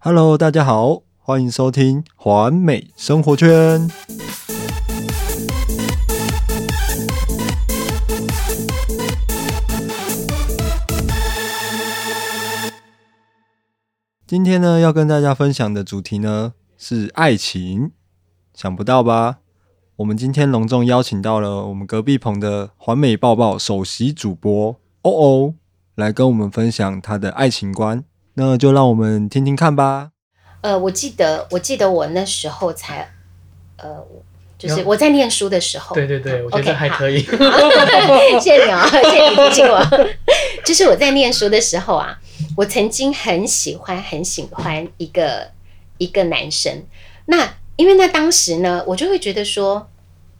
Hello，大家好，欢迎收听环美生活圈。今天呢，要跟大家分享的主题呢是爱情，想不到吧？我们今天隆重邀请到了我们隔壁棚的环美抱抱首席主播欧欧，来跟我们分享他的爱情观。那就让我们听听看吧。呃，我记得，我记得我那时候才，呃，就是有我在念书的时候，对对对，我觉 OK，得还哦好可以。 谢谢你啊，谢谢你提醒我。 就是我在念书的时候啊，我曾经很喜欢很喜欢一个一个男生。那因为那当时呢，我就会觉得说，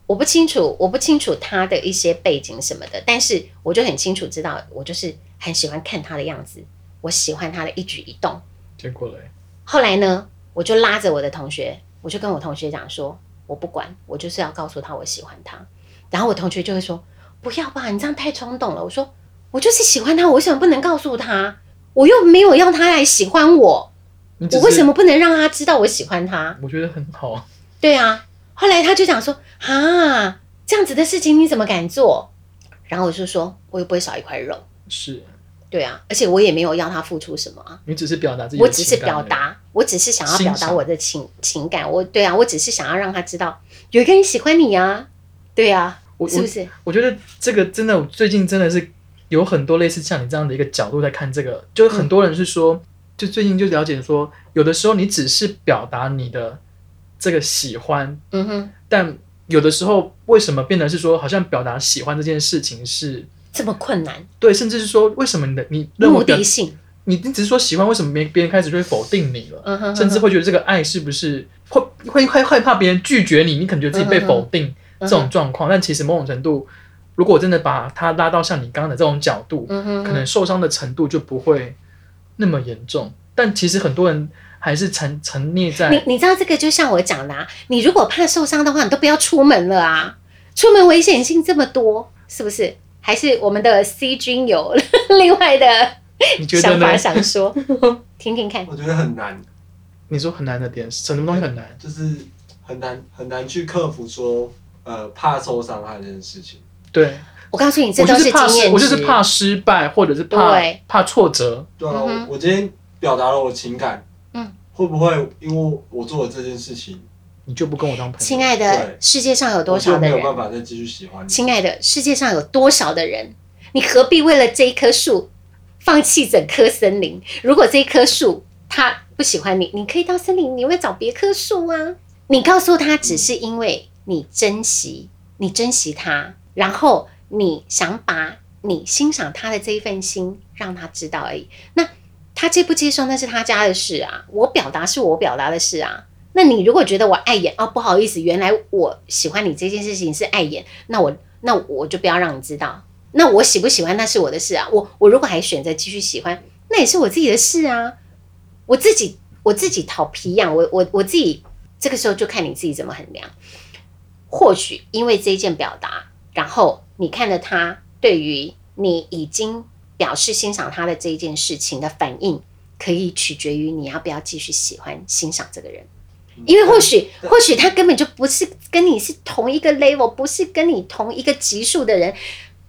我不清楚，我不清楚他的一些背景什么的，但是我就很清楚知道，我就是很喜欢看他的样子，我喜欢他的一举一动。 结果嘞，后来呢，我就拉着我的同学，我就跟我同学讲说，我不管，我就是要告诉他我喜欢他。然后我同学就会说，不要吧，你这样太冲动了。我说，我就是喜欢他，我为什么不能告诉他？我又没有要他来喜欢我，你只我是为什？么不能让他知道我喜欢他？我觉得很好，对啊。后来他就讲说，啊，这样子的事情你怎么敢做？然后我就说，我又不会少一块肉。是对啊，而且我也没有要他付出什么啊。你只是表达自己我的只是情感而已，表达，我只是想要表欣达赏我的情情感。我对啊，我只是想要让他知道有一个人喜欢你啊，对啊，我是不我是？我觉得这个真的，我最近真的是有很多类似像你这样的一个角度在看这个，就是很多人是说，就最近就了解说，有的时候你只是表达你的这个喜欢，嗯哼，但有的时候为什么变得是说，好像表达喜欢这件事情是这么困难，对，甚至是说为什么你的你认目为表的性，你你只是说喜欢，为什么别别人开始就会否定你了？嗯哼，甚至会觉得这个爱是不是会会会害怕别人拒绝你，你可能觉得自己被否定嗯这嗯哼种，状况。但其实某种程度，如果真的把它拉到像你刚刚的这种角度，嗯哼，可能受伤的程度就不会那么严重。但其实很多人还是沉沉溺你在你知道这个就像我讲的、啊，你如果怕受伤的话，你都不要出门了啊！出门危险性这么多，是不是？还是我们的 C 君有 另外的你觉得想呢？法想说，听听看。我觉得很难，你说很难的点，什么东西很难？就是很难很难去克服说呃怕受伤害这件事情。对，我告诉你，这我都就是怕经失，验我就是值怕失败，或者是怕对怕挫折。对啊，嗯哼我我今天表达了我情感，嗯，会不会因为我做了这件事情，你就不跟我当朋亲友，爱的对，世界上有多我就少的没有人？办法再继续喜欢哦你？亲爱的，世界上有多少的人？你何必为了这一棵树放弃整棵森林？如果这一棵树它不喜欢你，你可以到森林里面找别棵树啊。你告诉他，只是因为你珍惜，你珍惜它，然后你想把你欣赏他的这一份心让他知道而已。那他接不接受那是他家的事啊，我表达是我表达的事啊。那你如果觉得我碍眼哦，不好意思，原来我喜欢你这件事情是碍眼，那我那我就不要让你知道。那我喜不喜欢那是我的事啊，我我如果还选择继续喜欢，那也是我自己的事啊，我自己我自己讨皮痒，我我我自己这个时候就看你自己怎么衡量。或许因为这一件表达，然后你看着他对于你已经表示欣赏他的这一件事情的反应，可以取决于你要不要继续喜欢欣赏这个人。嗯因为或许对或许他根本就不是跟你是同一个 level，不是跟你同一个级数的人。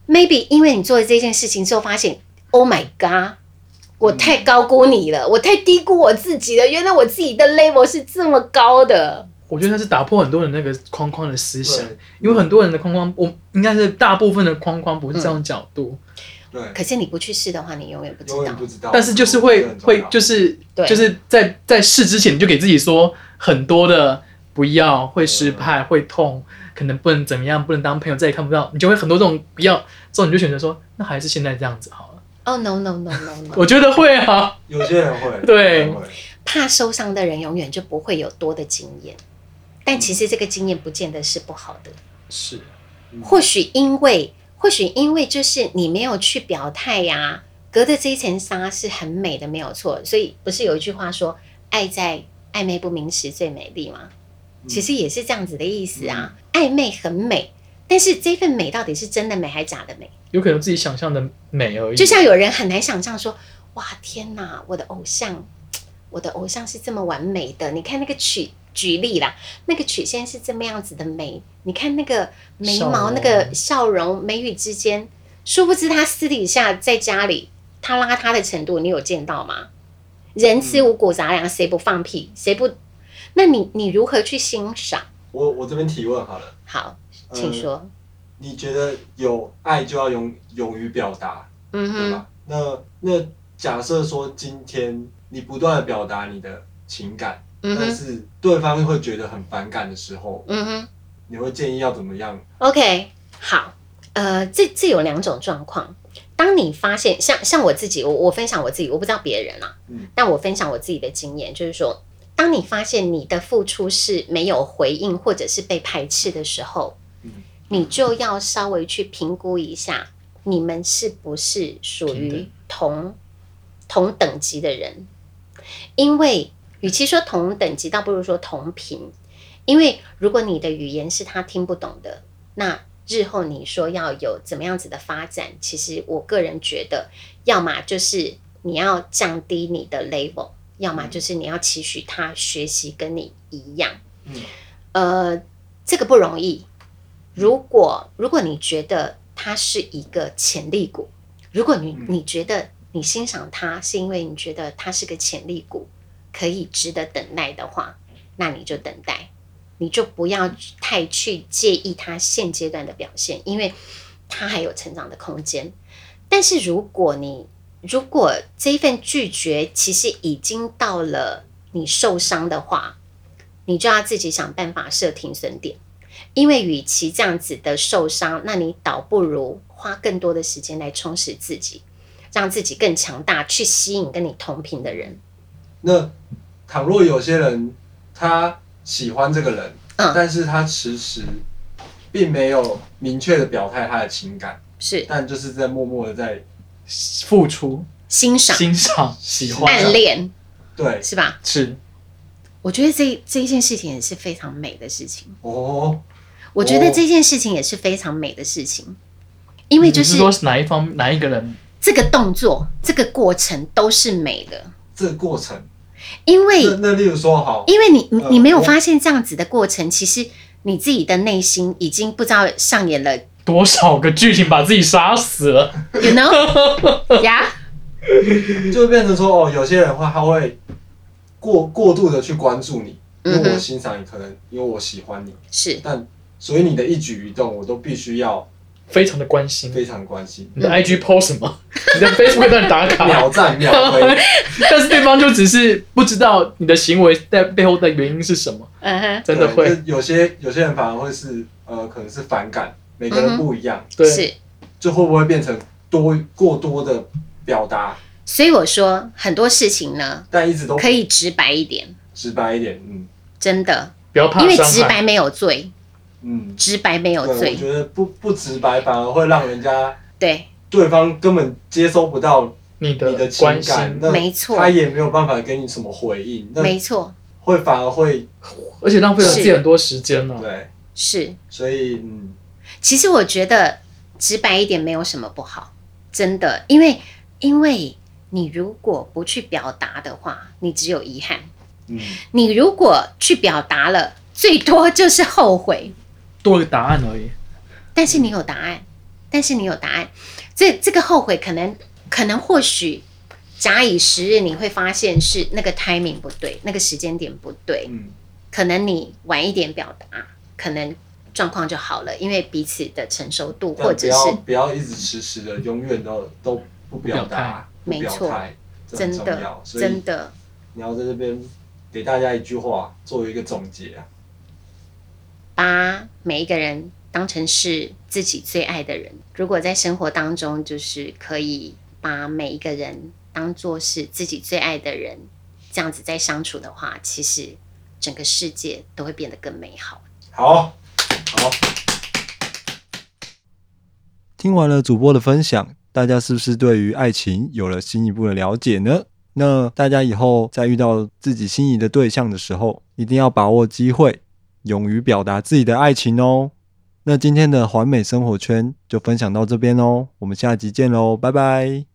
Maybe 因为你做了这件事情之后，发现 Oh my God，我太高估你嗯了，我太低估我自己了。原来我自己的 level 是这么高的。我觉得他是打破很多人那个框框的思想。对因为很多人的框框，我应该是大部分的框框不是这种角度，对，可是你不去试的话，你永远不知永道远。不知道，但是就是会会就是是对就是在在试之前你就给自己说很多的不要，会失败，会痛，可能不能怎么样，不能当朋友，再也看不到，你就会很多这种不要，之后你就选择说那还是现在这样子好了。哦、no no no no no！我觉得会啊，有些人会，对有些人会怕受伤的人永远就不会有多的经验，但其实这个经验不见得是不好的。是嗯或许因为，或许因为就是你没有去表态呀、隔着这一层纱是很美的，没有错。所以不是有一句话说“爱在暧昧不明时最美丽”吗？嗯其实也是这样子的意思啊。暧昧很美，但是这份美到底是真的美还是假的美？有可能自己想象的美而已。就像有人很难想象说，哇，天哪，我的偶像，我的偶像是这么完美的，你看那个曲。举例啦，那个曲线是这么样子的美，你看那个眉毛、笑容那个笑容、眉宇之间，殊不知他私底下在家里，他邋遢的程度，你有见到吗？人吃五谷杂粮，嗯谁不放屁？谁不？那你你如何去欣赏？我我这边提问好了，好，呃请说。你觉得有爱就要勇勇于表达，嗯对哼，吧？那那假设说今天你不断的表达你的情感，嗯但哼，是对方会觉得很反感的时候，嗯哼。你会建议要怎么样？ OK，好，呃，这这有两种状况。当你发现像像我自己，我我分享我自己，我不知道别人啊，嗯但我分享我自己的经验，就是说，当你发现你的付出是没有回应或者是被排斥的时候，嗯你就要稍微去评估一下，你们是不是属平于等同同等级的人，因为与其说同等级，倒不如说同频，因为如果你的语言是他听不懂的，那日后你说要有怎么样子的发展，其实我个人觉得，要么就是你要降低你的 level，要么就是你要期许他学习跟你一样。嗯，呃，这个不容易。如果如果你觉得他是一个潜力股，如果你嗯你觉得你欣赏他是因为你觉得他是个潜力股，可以值得等待的话，那你就等待，你就不要太去介意他现阶段的表现，因为他还有成长的空间。但是如果你如果这一份拒绝其实已经到了你受伤的话，你就要自己想办法设停损点，因为与其这样子的受伤，那你倒不如花更多的时间来充实自己，让自己更强大，去吸引跟你同频的人。那倘若有些人他喜欢这个人，嗯但是他迟迟并没有明确的表态他的情感，是但就是在默默的在付出、欣赏、欣赏、喜欢，暗恋，对是吧？是我觉得这这一件事情也是非常美的事情。哦，我觉得哦这件事情也是非常美的事情，因为就你是是说哪一方哪一个人这个动作、这个过程都是美的，这个过程，因为那那例如说好，因为你你嗯呃你没有我发现这样子的过程，其实你自己的内心已经不知道上演了多少个剧情把自己杀死了？ ，you know 呀、就变成说哦，有些人话他会过过度的去关注你，因嗯哼为我欣赏你，可能因为我喜欢你，是但所以你的一举一动我都必须要非常的关心。非常关心，你的 IG PO 什 么？你的 Facebook 让你打卡，秒赞秒回，但是对方就只是不知道你的行为在背后的原因是什么，嗯哼， 真的对会就有些有些人反而会是呃，可能是反感，每个嗯哼人不一样，对是。就会不会变成多过多的表达，所以我说很多事情呢，但一直哦都可以直白一点，直白一点，嗯真的，不要怕因为直伤害。白没有罪，嗯，直白没有对，我罪，觉得不不直白反而会让人家对，对方根本接收不到你你的的情关感，心，那没错他也没有办法给你什么回应，嗯那没错，会反而会而且浪费了自己是很多时间啊了。对，是。所以嗯，其实我觉得直白一点没有什么不好，真的，因为因为你如果不去表达的话，你只有遗憾。嗯，你如果去表达了，最多就是后悔，多了个答案而已。但是你有答案，但是你有答案，这这个后悔可能可能或许假以时日，你会发现是那个 timing 不对，那个时间点不对，嗯可能你晚一点表达，可能状况就好了，因为彼此的成熟度但或不者要是不要一直迟迟的，永远都都不表达，不表态不表态，这很真重的要，所真以的你要在这边给大家一句话作为一个总结啊，把每一个人当成是自己最爱的人。如果在生活当中，就是可以把每一个人当做是自己最爱的人，这样子在相处的话，其实整个世界都会变得更美好。好，好，听完了主播的分享，大家是不是对于爱情有了进一步的了解呢？那大家以后在遇到自己心仪的对象的时候，一定要把握机会，勇于表达自己的爱情哦。那今天的环美生活圈就分享到这边哦，我们下集见喽，拜拜。